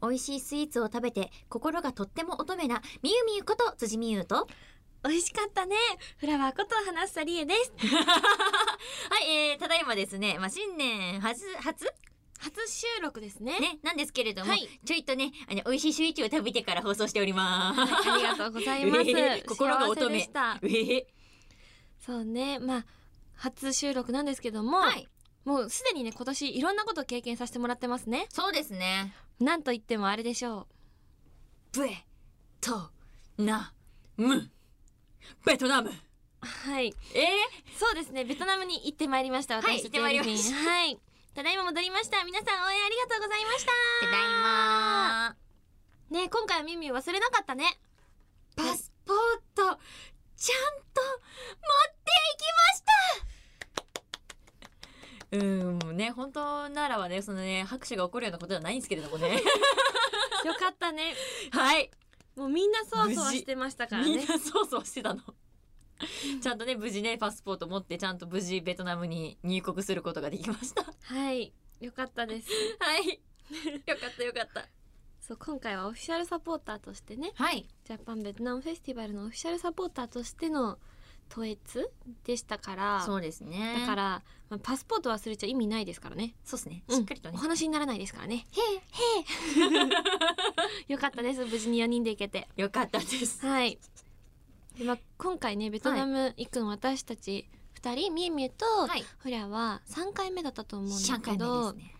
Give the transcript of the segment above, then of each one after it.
美味しいスイーツを食べて心がとっても乙女なみゆみゆこと辻みゆと美味しかったねフラワーこと花さりえです はい、えー、ただいまですね、まあ、新年初初初収録ですね ねなんですけれども、はいちょいとねあの美味しいスイーツを食べてから放送しております、はいありがとうございます、 えー心が乙幸せ女でした えーそうねまあ初収録なんですけども、はいもうすでにね今年いろんなことを経験させてもらってますねそうですねなんと言ってもあれでしょブエトナムベトナムうはいえそうですねベトナムに行ってまいりましたはい私行ってまいりました はいただいま戻りました皆さん応援ありがとうございましたー、ただいまねえ今回はミミ忘れなかったねパスポートちゃんと持っていきましたうんね本当ならはねそのね拍手が起こるようなことではないんですけれどもねよかったね はいもうみんなそわそわしてましたからみんねなそうそうしてたのちゃんとね無事ねパスポート持ってちゃんと無事ベトナムに入国することができましたははいよかったです いよかったよかったそう今回はオフィシャルサポーターとしてねはいジャパンベトナムフェスティバルのオフィシャルサポーターとしての統一でしたからそうですねだから、まあ、パスポート忘れちゃ意味ないですからねそうですねうんしっかりとね、お話にならないですからね よかったです無事に4人で行けてよかったですはいで、まあ、今回ねベトナム行くの私たち2人、みゆみゆとはいフラは3回目だったと思うんだ3け回目ど、ですね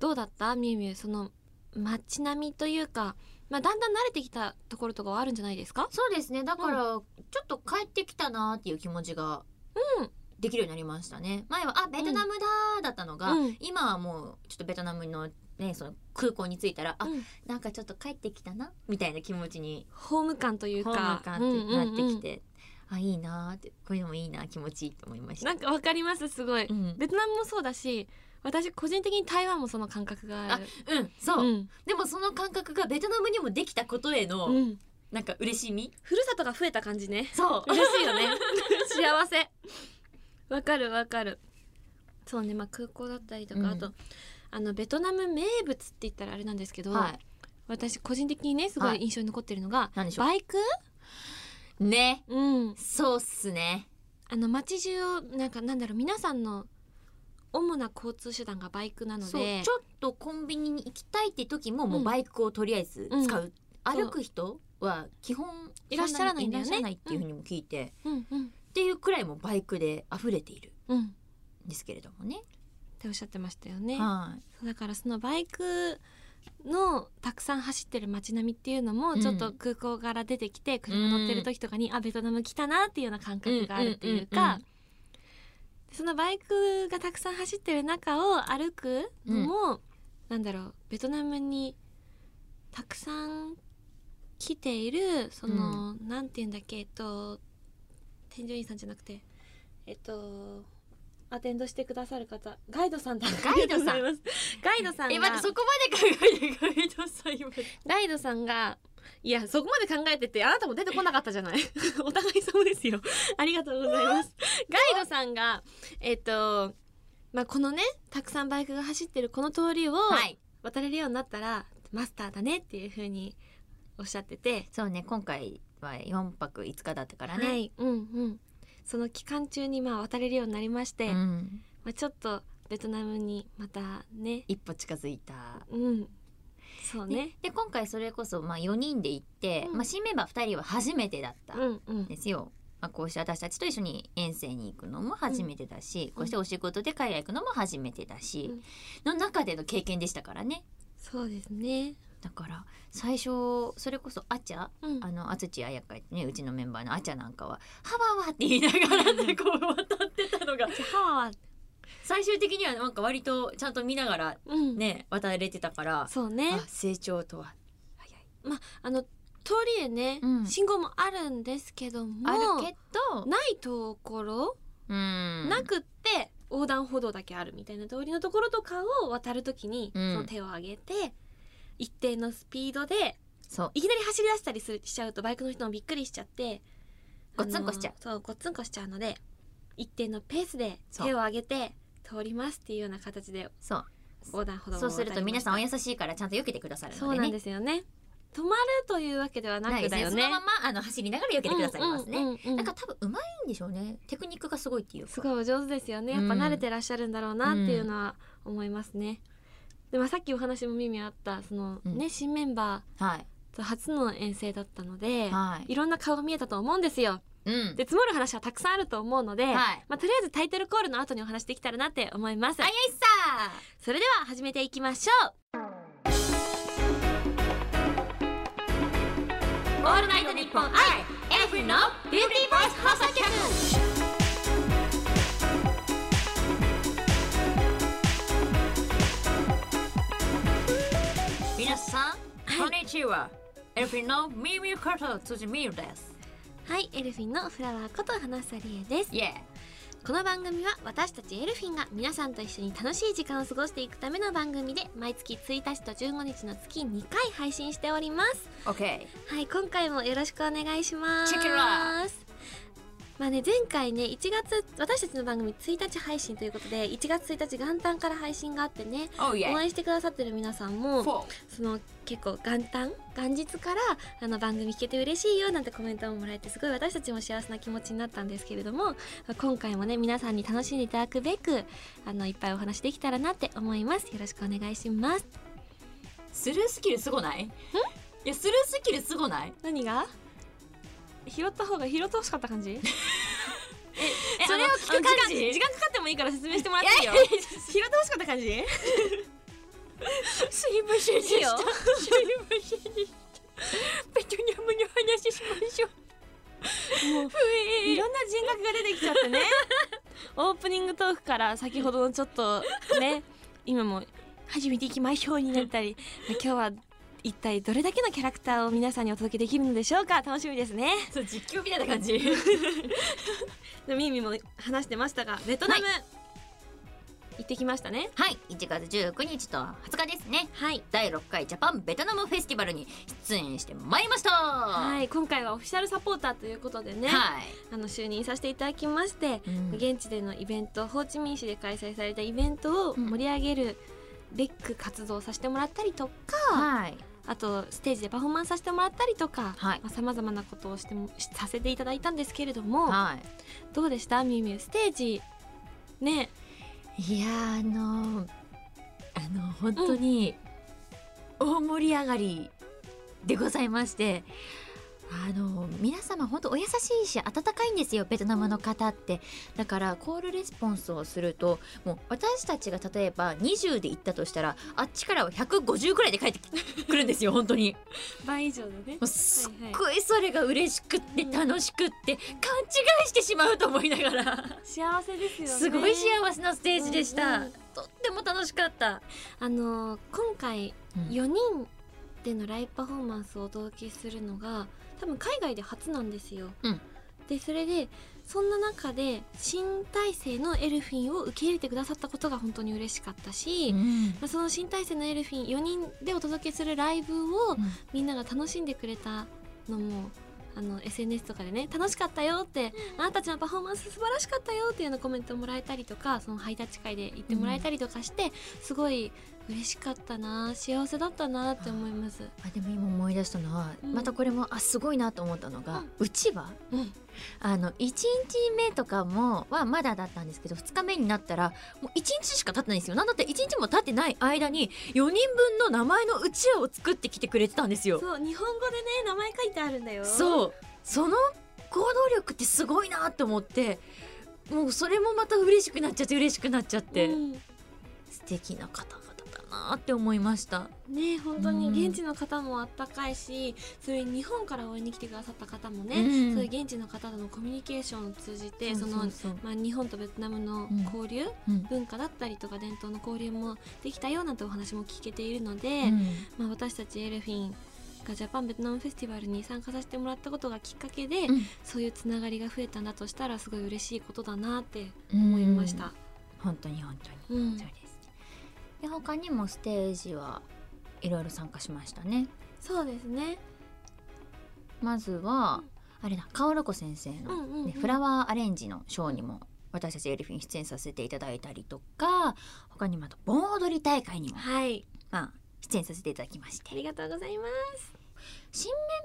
どうだったみゆみゆその街並みというか、まあ、だんだん慣れてきたところとかはあるんじゃないですかそうですねだから、ちょっと帰ってきたなっていう気持ちがうんできるようになりましたね前はあベトナムだーだったのが、うん今はもうちょっとベトナムのねその空港に着いたらあ、うんなんかちょっと帰ってきたなみたいな気持ちにホーム感というホームか感ってなってうんうんうきんて、あいいなーってこういうのもいいな気持ちいいと思いましたなんかわかりますすごい、うん、ベトナムもそうだし私個人的に台湾もその感覚があるうん、そう、うんでもその感覚がベトナムにもできたことへの、うんなんか嬉しみふるさとが増えた感じねそう嬉しいよね 幸せわかるわかるそうねまあ空港だったりとか、うんあとあのベトナム名物って言ったらあれなんですけど、はい私個人的にねすごはいい印象に残ってるのが、何でしょバイクうねうんそうっすねあの街中をなんかなんだろう皆さんの主な交通手段がバイクなのそうでちょっとコンビニに行きたいって時ももうバイクをとりあえず使う、そう歩く人は基本いらっしゃらないんだよねそなにいらっしゃらないっていうふうにも聞いて、っうんうんていうくらいもうバイクで溢れているうんっんですけれどもねておっしゃってましたよね、はいそうだからそのバイクのたくさん走ってる街並みっていうのもちょっと空港から出てきて車乗ってる時とかに、あベトナム来たなっていうような感覚があるっていうか、うんうんうんそのバイクがたくさん走ってる中を歩くのも、なんだろうベトナムにたくさん来ているその、なんていうんだっけえっと添乗員さんじゃなくてえっとアテンドしてくださる方ガイドさんだガイドさんありがとうございますガイドさんえ待っがてそこまで考えてガイドさん今ガイドさんがいやそこまで考えててあなたも出てこなかったじゃないお互いそうですよ ありがとうござい ますガイドさんがえっとまあこのねたくさんバイクが走ってるこの通りを はい渡れるようになったら、マスターだねっていう風におっしゃっててそうね今回は4泊5日だったからね、はいうんうんその期間中にまあ渡れるようになりまして、うまん、あちょっとベトナムにまたね一歩近づいた。うんそうねで今回それこそまあ4人で行って、うんまあ、新メンバー2人は初めてだったんうんうんですよ。まあ、こうして私たちと一緒に遠征に行くのも初めてだし、こうしてお仕事で海外行くのも初めてだし、うんの中での経験でしたからね。そうですねだから最初それこそあちゃうんあの安土彩香ねうちのメンバーのあちゃなんかは「ハワワ」って言いながらねこう渡ってた のがじゃあハワは最終的にはなんか割とちゃんと見ながらうんね渡れてたから、そうねあ成長とは早いまあの通りでね、うん信号もあるんですけどもあるけど、ないところ、うんなくって横断歩道だけあるみたいな通りのところとかを渡るときに、うんその手を上げて一定のスピードでそういきなり走り出したりするしちゃうとバイクの人もびっくりしちゃってごつんこしちゃうあのそうごっつんこしちゃうので一定のペースでそう手を上げて通りますっていうような形でそう横断歩道をそうすると皆さんお渡り優しいからちゃんと避けてくださまるしたのそうでなねんですよね止まるというわけではなないですくだねよそねのままあの走りながら避けてくださいますね、うんうんうんうんなんか多分うまいんでしょうねテクニックがすごいっていうかすごいお上手ですよねやっぱ慣れてらっしゃるんだろうなっていうのは思いますね、でもさっきお話も耳あったその、うんね新メンバはいーと初の遠征だったので、はいいろんな顔が見えたと思うんですようんで積もる話はたくさんあると思うので、はいまあ、とりあえずタイトルコールの後にお話できたらなって思います、あやいさそれでは始めていきましょうオールナイトニッポンアイエフリのビューティーボイス放送局皆さん、こんにちはエフリのミミこと辻美優ですはいエルフィンのフラワーこと花さりえですイエこの番組は私たちエルフィンが皆さんと一緒に楽しい時間を過ごしていくための番組で毎月1日と15日の月2回配信しておりますーオッケはい今回もよろしくお願いします Check it out まあね前回ね1月私たちの番組1日配信ということで1月1日元旦から配信があってねーおイエ応ー援してくださってる皆さんもフォーその結構元旦元日からあの番組聞けて嬉しいよなんてコメントをもらえてすごい私たちも幸せな気持ちになったんですけれどもまあ今回もね皆さんに楽しんでいただくべくあのいっぱいお話できたらなって思いますよろしくお願いしますスルースキルすごないいやスルースキルすごない何が拾った方が拾ってほしかった感 じえそれを聞あのく感あの時間じ時間かかってもいいから説明してもらっていいよ拾ってほしかった感じいいよすいませんでした。すいませんでした。ペトニャムの話しましょう。もういろんな人格が出てきちゃってね オープニングトークから先ほどのちょっとね今も「始めていきましょう」になった りまあ今日は一体どれだけのキャラクターを皆さんにお届けできるのでしょうか楽しみですね そう実況みたいな感 じ。でミーミーも話してましたがベトナム、は行ってきましたねはい、1月19日と20日ですね。はい第6回ジャパンベトナムフェスティバルに出演してまいりました。ははい今回はオフィシャルサポーターということでね、あの就任させていただきまして、うん現地でのイベントホーチミン市で開催されたイベントを盛り上げるべく活動をさせてもらったりとか、はい。あとステージでパフォーマンスさせてもらったりとかはいさまざ、まなことをしてもしさせていただいたんですけれども、はどうでしたみゆみゆステージねい。いやーあのーあの本当に大盛り上がりでございまして。あの皆様本当お優しいし温かいんですよベトナムの方ってだからコールレスポンスをするともう私たちが例えば20で行ったとしたらあっちからは150くらいで帰ってきくるんですよ本当にも倍以上でねうすっごいそれが嬉しくって楽しくって勘違いしてしまうと思いながら幸せですよねすごい幸せなステージでした、うんうんとっても楽しかった、あのー今回うん4人でのライブパフォーマンスをお届けするのが多分海外で初なんですよ。うんでそれでそんな中で新体制のエルフィンを受け入れてくださったことが本当に嬉しかったし、まあ、その新体制のエルフィン4人でお届けするライブをうんみんなが楽しんでくれたのもあの SNS とかでね楽しかったよってあなたたちのパフォーマンス素晴らしかったよっていうようなコメントをもらえたりとかそのハイタッチ会で言ってもらえたりとかして、すごい嬉しかったな幸せだったなって思います。あでも今思い出したのは、うんまたこれもあすごいなと思ったのが、ううんちはうんあの1日目とかもはまだだったんですけど2日目になったらもう1日しか経ってないんですよなんだって1日も経ってない間に4人分の名前のうちわを作ってきてくれてたんですよ。そう日本語でね名前書いてあるんだようそうその行動力ってすごいなと思ってもうそれもまた嬉しくなっちゃって嬉しくなっちゃって、ん素敵な方々だなって思いました。ね本当にうん現地の方もあったかいし、それに日本から応援に来てくださった方もね、うんそういう現地の方とのコミュニケーションを通じてそのうそうまあ、日本とベトナムのうん交流、うん文化だったりとか伝統の交流もできたよなんてお話も聞けているので、うんまあ、私たちエルフィンがジャパンベトナムフェスティバルに参加させてもらったことがきっかけで、うんそういうつながりが増えたんだとしたらすごい嬉しいことだなって思思いました。本当に本当にうんそうです。で他にもステージはいろいろ参加しましたね。そうですね、まずは、あれだ、カオルコ先生の、うんうんうんねフラワーアレンジのショーにも私たちエルフィン出演させていただいたりとか他にもあと盆踊り大会にも、はいまあ、出演させていただきましてありがとうございます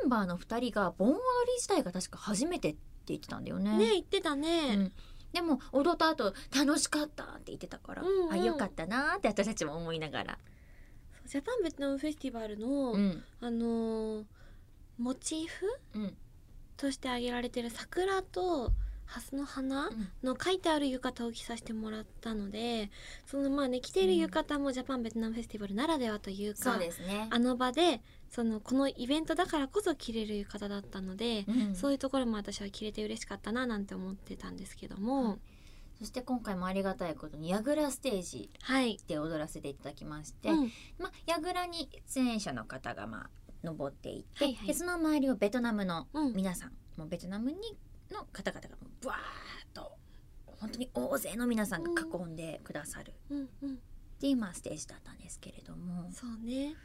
メンバーの2人が盆踊り自体が確か初めてって言ってたんだよね。ね言ってたうね、んでも踊った後楽しかったって言ってたから、うんうんあよかったなーって私たちも思いながら。そうジャパンベトナムフェスティバルの、んあのーモチーフうんとして挙げられてる桜と蓮の花の書いてある浴衣を着させてもらったのでそのまあね着ている浴衣もジャパンベトナムフェスティバルならではというか、そうですね。あの場でそのこのイベントだからこそ着れる浴衣だったので、うんそういうところも私は着れて嬉しかったななんて思ってたんですけどもそして今回もありがたいことに「やぐらステージはい」。で踊らせていただきまして、うんまあ、やぐらに出演者の方がまあ登っていって、はいはいでその周りをベトナムのうん皆さん、もうベトナムにの方々がもうブワーッと本当に大勢の皆さんが囲んでくださるうんうんっていうまあステージだったんですけれども、そうね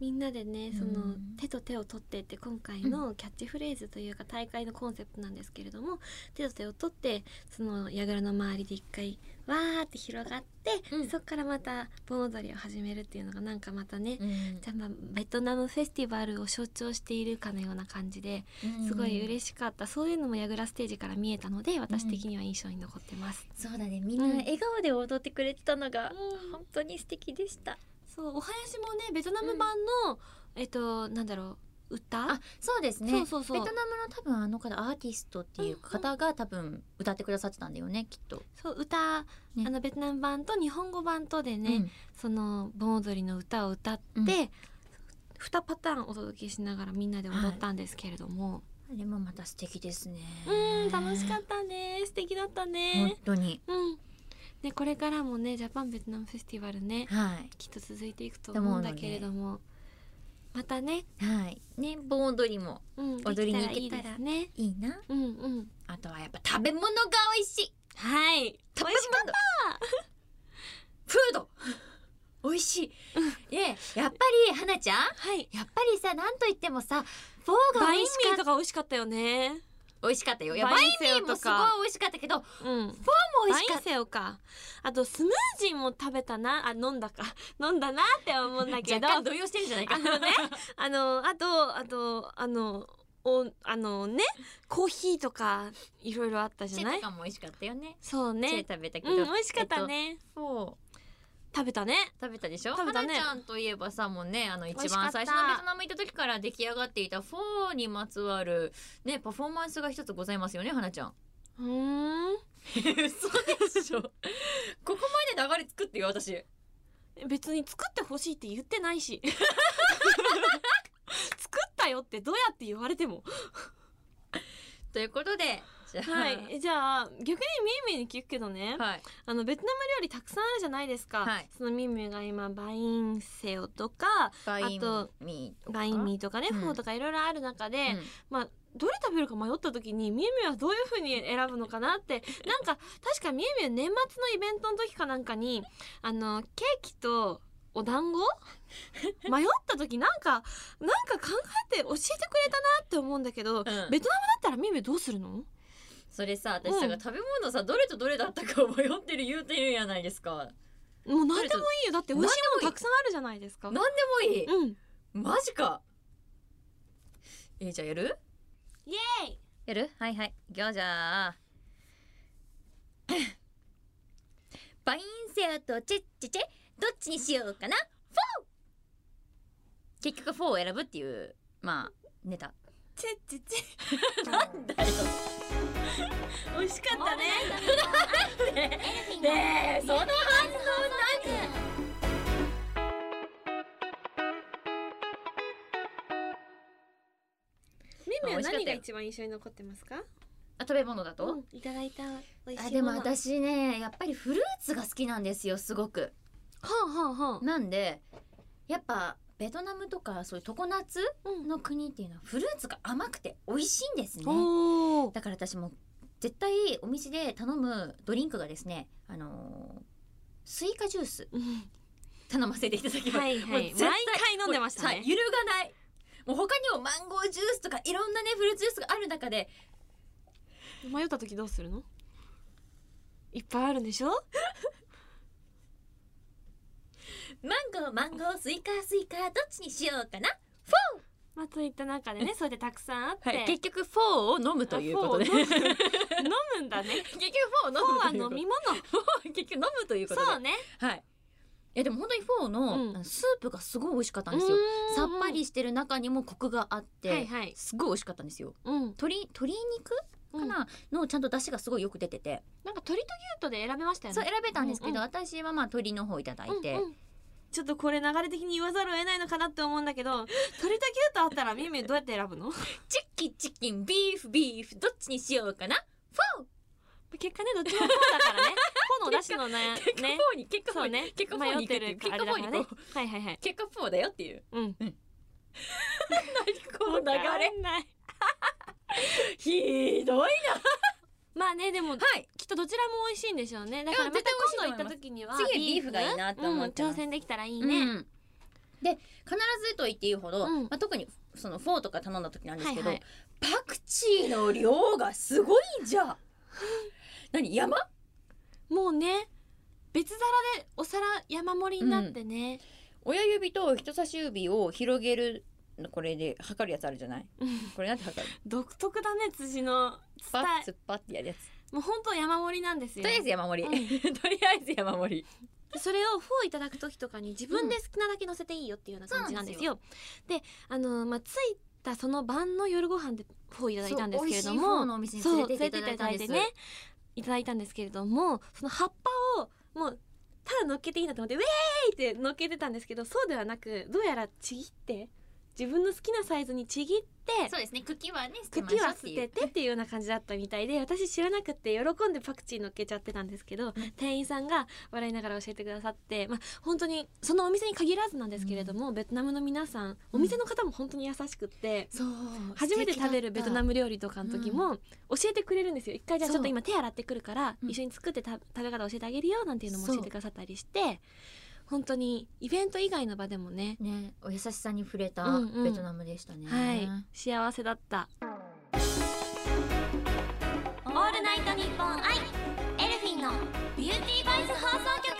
みんなでねうんその手と手を取ってって今回のキャッチフレーズというか大会のコンセプトなんですけれども手と手を取ってその櫓の周りで一回わーって広がって、うんそこからまた盆踊りを始めるっていうのがなんかまたね、うんじゃあまあベトナムフェスティバルを象徴しているかのような感じでうんすごい嬉しかった、そういうのも櫓ステージから見えたので私的には印象に残ってます。そうだねみんうなん笑顔で踊ってくれてたのがうん本当に素敵でした、そうお囃子もねベトナム版の、えっとなんだろう歌あそうですねそうそうそうベトナムの多分あの方アーティストっていう方が多分歌ってくださってたんだよねきっと。そう歌、ねあのベトナム版と日本語版とでね、うんその盆踊りの歌を歌って、うん2パターンお届けしながらみんなで踊ったんですけれども、あれもまた素敵ですね。うん楽しかったね素敵だった本ね当に。うんでこれからもねジャパンベトナムフェスティバルねはい。きっと続いていくと思うんだけれども、またね、はい。ね、盆踊りもうん、踊りに行けたらできたらいいですねいいな。うんうんあとはやっぱ食べ物が美味しい。はい食べ物。フード。美味しい。ね、やっぱり、はなちゃん。はいやっぱりさ、なんといってもさ、フォーがバ美インミ味しかっーた。とか美味しかったよね美味しかったよ。いや、ババイインンミセオーとかもすごい美味しかったけど、もうんう美味しかバっインセオかあとスムージーも食べたなあ飲んだか 飲んだなって思うんだた。けど若干動揺してるんじゃないか。あの ねあのあとあとあのおあのねコーヒーとかいろいろあったチじェゃなといかも美味しかったよね。そうチェね食べたけうんど。美味しかったね、えっと。フォー。食べたね食べたでしょ食べたね花ちゃんといえばさもうねあの一美味しかっ番た最初のベトナム行った時から出来上がっていたフォーにまつわるねパフォーマンスが一つございますよね花ちゃんうーん嘘でしょここまで流れ作ってよ私別に作ってほしいって言ってな いし作ったよってどうやって言われてもということでじゃあはいえじゃあ逆にみゆみゆに聞くけどねはいあのベトナム料理たくさんあるじゃないですか、はいそのミミュが今バインセオとかバインとミーとかバインミーとかね、うんフォーとかいろいろある中うで、んまあどれ食べるか迷った時にミミュはどういう風に選ぶのかなってなんか確かミミュ年末のイベントの時かなんかにあのケーキとお団子迷った時なんかなんか考えて教えてくれたなって思うんだけど、だっうんベたらミミュどうするのそれさ私さ、うん食べ物さどれとどれだったか迷ってる言うてるやないですかもう何でもいいよだって美味し何でもいいいものたくさんあるじゃないですなかん。でもいいうんマジかえーじゃあやるイエーイやるはいはい。いくよじゃあ。バインセアとチェッチェチェ、どっちにしようかな !4! 結局4を選ぶっていう、まあ、ネタ。チェッチェチなんだよ。ェ美味しかったねねえ、その反応ミミ美は味しかったよ何が一番印象に残ってますかあ食べ物だと、うんいただいた美味あしいでももの私ね、やっぱりフルーツが好きなんですよ、すごく。はあはあはあなんで、やっぱ、ベトナムとかそういう常夏の国っていうのはフルーツが甘くて美味しいんですね。おおだから私も絶対お店で頼むドリンクがですね、あのースイカジュース頼ませていただきます。はいもはうい絶対毎回飲んでましたもうねさ揺るがない。もう他にもマンゴージュースとかいろんなねフルーツジュースがある中で迷った時どうするのいっぱいあるんでしょマンゴーマンゴースイカスイカどっちにしようかなまあといった中でねそうやってたくさんあって、はい、結局フォーを飲むということであ結フォーを局フ飲むんだねォーを飲フォーは飲むといみう物ことフォーは結局飲むということでそうねはいえでも本当にフォーの、うんスープがすごい美味しかったんですよさっぱっりしてる中にもコクがあって、はいはいすごい美味しかったんですようん鶏鶏肉うかんなんかな、のちゃんと出汁がすごいよく出てて、鳥と牛とで選べましたよそねう選べたんですけど、うんうん私はまあ鶏の方いただいて、うんうんちょっとこれ流れ的に言わざるを得ないのかなって思うんだけ ど鳥と牛とあったらみみどうやって選ぶのチキンチキンビーフビーフどっちにしようかな結果ねどっちもこうだか らねこの出汁のね結果ねフォーに結果フォそーうに、ね結果フォー迷にっ行くてっているう結か果あフれォーに行だからねこうはいはいはい結果フォーだよっていううんこの流わかれんないひどいまあねでもはいきっとどちらも美味しいんでしょうねだからいやま絶た対美味しいと思今いま度行すった時には次はビーフがいいなって思ってうんます挑戦できたらいいね、ねで必ずと言っていいほど、うんまあ、特にそのフォーとか頼んだ時なんですけど、はいはいパクチーの量がすごいじゃん何山もうね別皿でお皿山盛りになってね親指と人差し指を広げるのこれで測るやつあるじゃないうんこれなんて測る独特だね辻のパ伝ッえツッパッってやるやつもう本当山盛りなんですとよりあえず山盛り、とりあえず山盛りそれをフォーいただく時とかに自分で好きなだけ乗せていいよっていうような感じなんですよ。であの、まあ、ついたその晩の夜ご飯でフォーいただいたんですけれどそう美味しいフォーものお店にそ連うれて行っていただいたん連でれて行ってすいただいてねいただいたんですけれどもその葉っぱをもうただ乗っけていいなと思って「ウェーイ!」って乗っけてたんですけどそうではなくどうやらちぎって自分の好きなサイズにちぎってそうですね茎はね捨てまし茎ょうはっ捨ていてうてっていうような感じだったみたいで私知らなくて喜んでパクチー乗っけちゃってたんですけど店員さんが笑いながら教えてくださってまあ本当にそのお店に限らずなんですけれども、ベトナムの皆さんお店の方も本当に優しくって。そう初めて食べるベトナムム料理とかの時も教えてくれるんですよ、一回じゃあそうちょっと今手洗ってくるからうん一緒に作ってた食べ方教えてあげるよなんていうのも教えてくださったりして本当にイベント以外の場でもねねお優しさに触れたうんうんベトナムでしたね、はい幸せだったオールナイトニッポンアイエルフィンのビューティーバイス放送局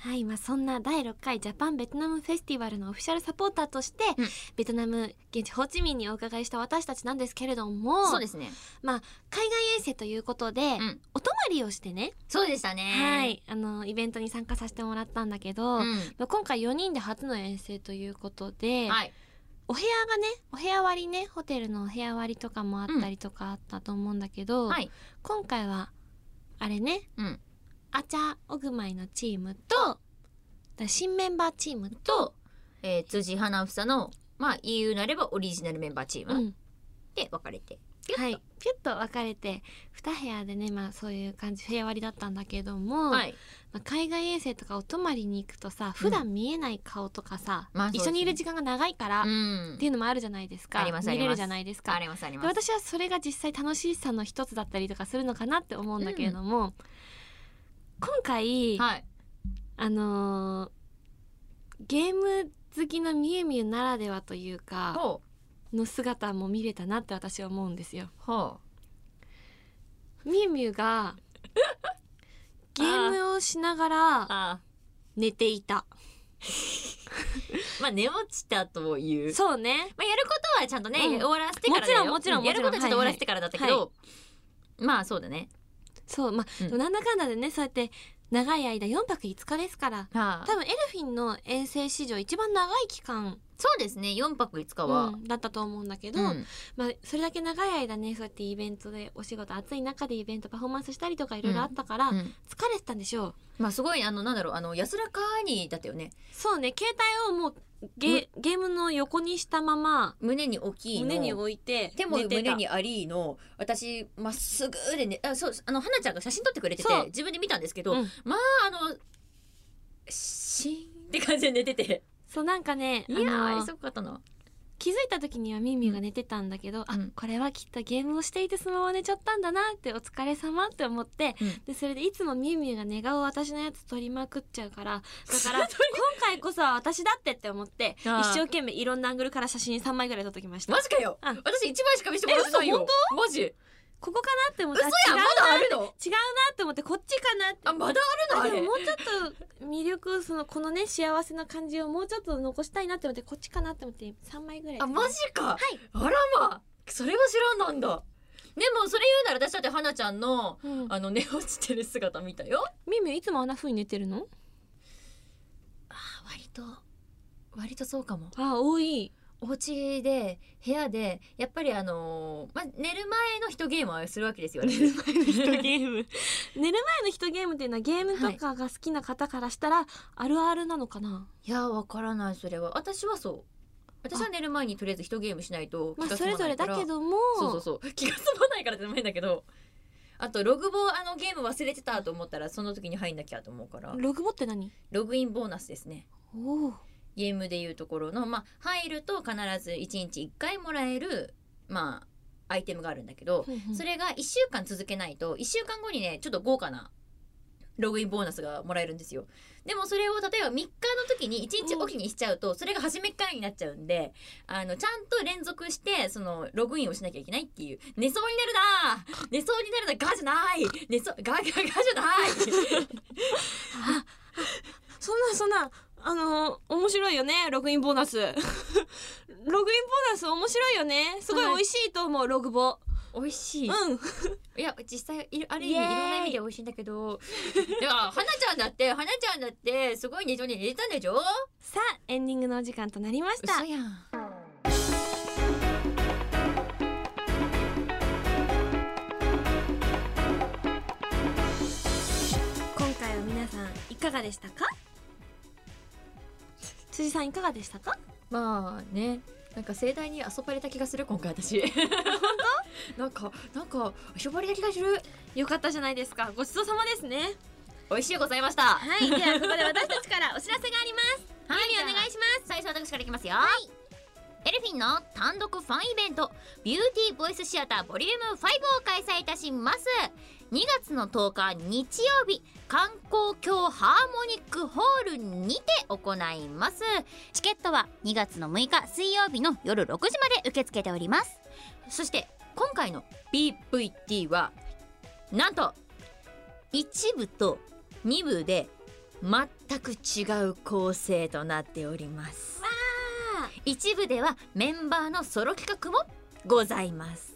はい、まあ、そんな第6回ジャパンベトナムフェスティバルのオフィシャルサポーターとして、うんベトナム現地ホーチミンにお伺いした私たちなんですけれどもそうですね海外遠征ということで、んお泊まりをしてね、そうでしたねはいあのイベントに参加させてもらったんだけど、うんまあ今回4人で初の遠征ということで、はいお部屋がねお部屋割りねホテルのお部屋割りとかもあったりとかあったと思うんだけど、はい今回はあれね、うんアチャオグマイのチームとだ新メンバーチームと、えー、辻花房のまあ EU なればオリジナルメンバーチーム、うんで分かれてはい、ピュッと分かれて2部屋でね、まあ、そういう感じ部屋割りだったんだけども、はいまあ、海外遠征とかお泊まりに行くとさ普段見えない顔とかさ、まあ一緒にいる時時間が長いから、うっんていうのもあるじゃないですかありますあ見りますれるじゃないですかあ。りますありでます私はそれが実際楽しさの一つだったりとかするのかなって思うんだけれども、今回、はいあのーゲーム好きのみゆみゆならではというかほうの姿も見れたなって私は思うんです よ。ほみゆみ ゆがゲームをしながらあ寝ていた。まあ寝落ちたというそうね。まあやることはちゃんとね、うん終わらせてからだよもちろんもちろんうやることはちゃんと終もちろんわらせてからだったけど、はまあそうだねそうまあ、うんでもなんだかんだでねそうやって長い間4泊5日ですからは多分エルフィンの遠征史上一番長い期間、そうですね4泊5日は、うんだったと思うんだけど、うんまあ、それだけ長い間ねそうやってイベントでお仕事暑い中でイベントパフォーマンスしたりとかいろいろあったから、うん疲れてたんでしょうまあすごいあのなんだろうあの安らかにだったよねそうね携帯をもうゲゲームの横にしたまま胸に大きいの胸に置いて手も寝てた胸にありの私まっすぐでねあそうあの花ちゃんが写真撮ってくれててそう自分で見たんですけど、うんあのシーンって感じで寝ててそうなんかねいやーあの忙かったな気づいた時にはミーミーが寝てたんだけど、あうんこれはきっとゲームをしていてそのまま寝ちゃったんだなってお疲れ様って思って、うんでそれでいつもミーミーが寝顔を私のやつ取りまくっちゃ うからだから今回こそは私だってって思ってあー一生懸命いろんなアングルから写真3枚ぐらい撮っときましたマジかよあ私一枚しか見せてもらってないよマジここかなって思って嘘あやんまだ違うなあるの違うなって思ってこっちかなってあまだあるのあでれももうちょっと魅力をそのこのね幸せな感じをもうちょっと残したいなって思ってこっちかなって思って3枚ぐらいあマジか、はいあらまそれは知らんなんだでもそれ言うなら私だって花ちゃんのうんあの寝落ちてる姿見たよミミいつもあんな風に寝てるのあ割と割とそうかもあ多いお家で部屋でやっぱりあのーまあ、寝る前の一ゲームはするわけですよ寝る前の人 ゲーム寝る前の人ゲームっていうのはゲームとかが好きな方からしたらあるあるなのかな、いやわからないそれは私はそう私は寝る前にとりあえず一ゲームしないとまあそれぞれだけどもそうそうそう気が済まないからってのも変だけどあとログボあのゲーム忘れてたと思ったらその時に入んなきゃと思うからログボって何ログインボーナスですねおおゲームでいうところのまあ入ると必ず1日1回もらえるまあアイテムがあるんだけど、それが1週間続けないと1週間後にねちょっと豪華なログインボーナスがもらえるんですよでもそれを例えば3日の時に1日おきにしちゃうとそれが初めっからになっちゃうんであのちゃんと連続してそのログインをしなきゃいけないっていう寝そうになるなー寝そうになるなガじゃない寝そうガガガじゃない そんなそんなあのー面白いよねログインボーナス ログインボーナス面白いよねすごい美味しいと思うログボ美味しい、うんいや実際いるある意イエ味いーイろんな意味で美味しいんだけどいや花ちゃんだって花ちゃんだってすごい寝そうに寝てたんでしょさあエンディングのお時間となりましたやん今回は皆さんいかがでしたか辻さんいかがでしたかまあねなんか盛大に遊ばれた気がする今回私本当 なんかなんか遊ばれた気がするよかったじゃないですかごちそうさまですね美味しゅうございましたははいではここで私たちからお知らせがありますいゆみお願いします最初私からいきますよ、エルフィンの単独ファンイベントビューティーボイスシアターボリューム5を開催いたします2月の10日日曜日観光協ハーモニックホールにて行いますチケットは2月の6日水曜日の夜6時まで受け付けておりますそして今回の PVT はなんと1部と2部で全く違う構成となっております一部ではメンバーのソロ企画もございます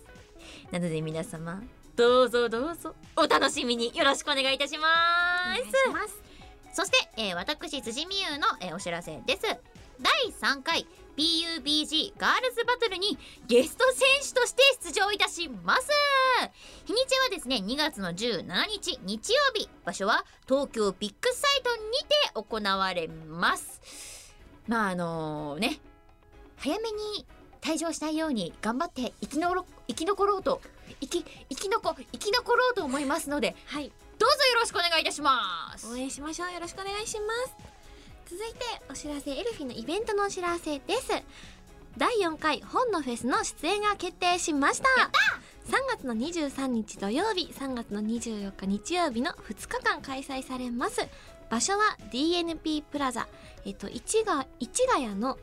なので皆様どうぞどうぞお楽しみによろしくお願いいたしますそして、えー私辻美優の、えーお知らせです第3回 BUBG ガールズバトルにゲスト選手として出場いたします日にちはですね2月の17日日曜日場所は東京ビッグサイトにて行われますまああのね早めに退場しないように頑張って生き残ろ生き残ろうと生き生き残生き残ろうと思いますのではいどうぞよろしくお願いいたします応援しましょうよろしくお願いします続いてお知らせエルフィのイベントのお知らせです第4回本のフェスの出演が決定しました3月の23日土曜日3月の24日日曜日の2日間開催されます場所は DNP プラザえっと市が市ヶ谷の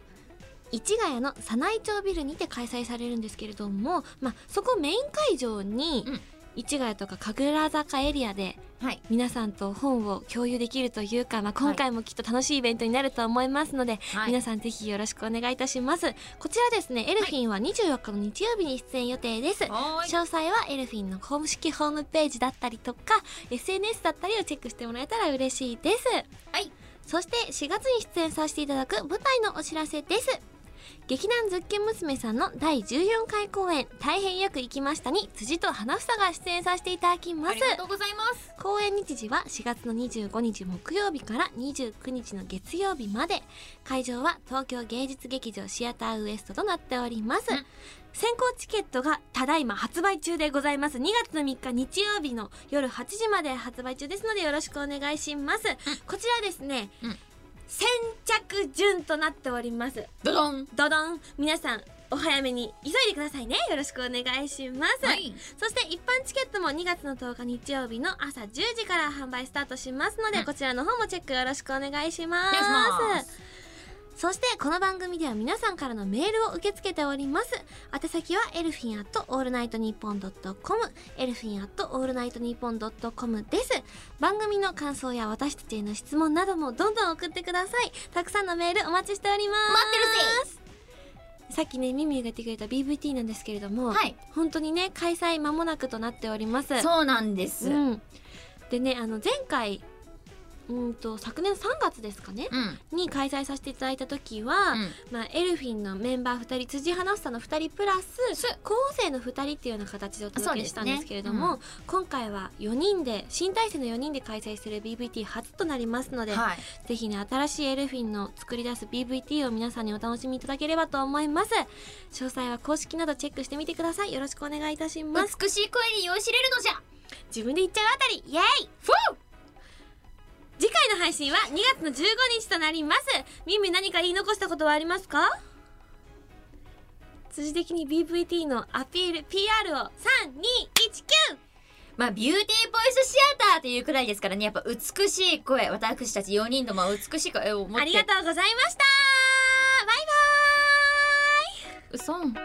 市ヶ谷の佐内町ビルにて開催されるんですけれども、まあ、そこメイン会場に、うん市ヶ谷とか神楽坂エリアではい皆さんと本を共有できるというか、まあ、今回もきっと楽しいイベントになると思いますので、はい皆さんぜひよろしくお願いいたしますこちらですねエルフィンは24日の日曜日に出演予定です、はーい詳細はエルフィンの公式ホームページだったりとか SNS だったりをチェックしてもらえたら嬉しいですはいそして4月に出演させていただく舞台のお知らせです劇団ズッケ娘さんの第14回公演「大変よく行きました」に辻と花房が出演させていただきまあすりがとうございます公演日時は4月の25日木曜日から29日の月曜日まで会場は東京芸術劇場シアターウエストとなっております、うん先行チケットがただいま発売中でございます2月の3日日曜日の夜8時まで発売中ですのでよろしくお願いします、こちらですね、うん先着順となっておりますドドンドドン皆さんお早めに急いでくださいねよろしくお願いします、はいそして一般チケットも2月の10日日曜日の朝10時から販売スタートしますので、うんこちらの方もチェックよろしくお願いしまおす願いしますそしてこの番組では皆さんからのメールを受け付けております宛先はエルフィンアットオールナイトニッポンドットコムエルフィンアットオールナイトニッポンドットコムです番組の感想や私たちへの質問などもどんどん送ってくださいたくさんのメールお待ちしております待ってるぜさっきねミミが言ってくれた BVT なんですけれども、はい本当にね開催間もなくとなっておりますそうなんですうん、ん、でねあの前回うんと昨年3月ですかねに開催させていただいた時は、まあ、エルフィンのメンバー2人辻花房の2人プラス高校生の2人っていうような形でお届けしたんですけれども、そ今回は4人で新体制の4人で開催する BVT 初となりますので、はいぜひね新しいエルフィンの作り出す BVT を皆さんにお楽しみいただければと思います詳細は公式などチェックしてみてくださいよろしくお願いいたします美しい声に酔いしれるのじゃ自分で言っちゃうあたりイエイフォー次回の配信は2月の15日となりますミミ何か言い残したことはありますか辻的に BVT のアピール PR を3219まあビューティーボイスシアターというくらいですからねやっぱ美しい声私たち4人とも美しい声を持ってありがとうございましたバイバイうそん